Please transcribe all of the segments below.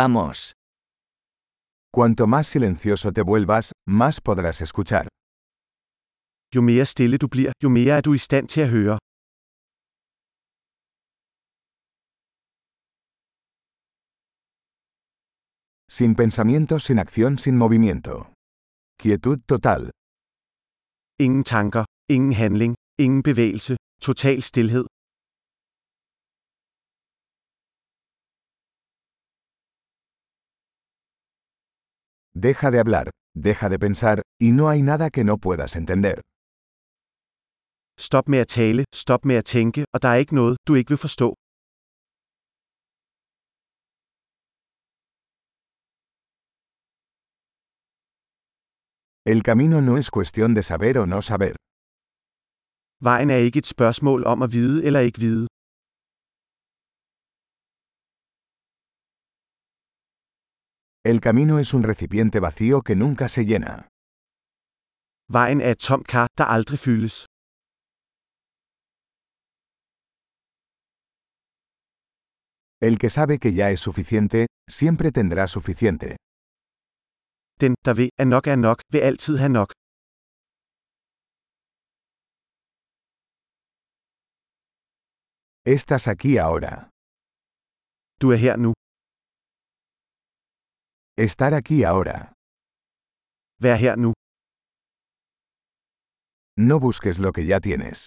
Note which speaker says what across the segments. Speaker 1: Vamos.
Speaker 2: Cuanto más silencioso te vuelvas, más podrás escuchar.
Speaker 3: Jo mere stille du bliver, jo mere er du i stand til at høre.
Speaker 2: Sin pensamiento, sin acción, sin movimiento. Quietud total.
Speaker 3: Ingen tanker, ingen handling, ingen bevægelse, total stilhed.
Speaker 2: Deja de hablar, deja de pensar, y no hay nada que no puedas entender.
Speaker 3: Stop med at tale, stop med at tænke, og der er ikke noget, du ikke vil forstå.
Speaker 2: El camino no es cuestión de saber o no saber.
Speaker 3: Vejen er ikke et spørgsmål om at vide eller ikke vide.
Speaker 2: El camino es un recipiente vacío que nunca se llena.
Speaker 3: Vejen er et tomt kar, der aldrig fyldes.
Speaker 2: El que sabe que ya es suficiente, siempre tendrá suficiente.
Speaker 3: Den, der ved, at nok er nok, vil altid have nok.
Speaker 2: Estás aquí ahora.
Speaker 3: Du er her nu.
Speaker 2: Estar aquí ahora.
Speaker 3: Vær her nu.
Speaker 2: No busques lo que ya tienes.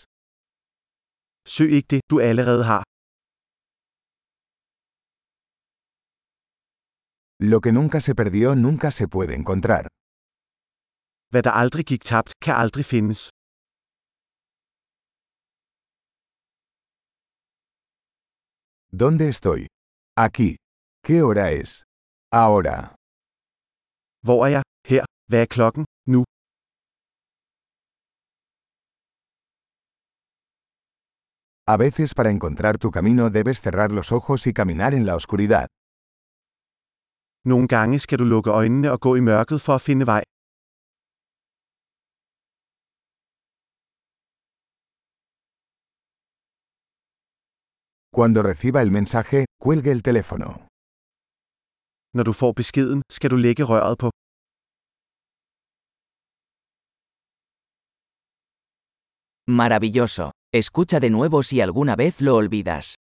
Speaker 3: Søg ikke det, du allerede har.
Speaker 2: Lo que nunca se perdió nunca se puede encontrar.
Speaker 3: Hvad der aldrig gik tabt, kan aldrig findes.
Speaker 2: ¿Dónde estoy? Aquí. ¿Qué hora es? Ahora.
Speaker 3: Hvor er jeg? Her. Hvad er klokken? Nu.
Speaker 2: A veces para encontrar tu camino debes cerrar los ojos y caminar en la oscuridad.
Speaker 3: Nogle gange skal du lukke øjnene og gå i mørket for at finde vej.
Speaker 2: Cuando reciba el mensaje, cuelgue el teléfono.
Speaker 3: Når du får beskeden, skal du lægge røret på.
Speaker 1: Maravilloso. Escucha de nuevo si alguna vez lo olvidas.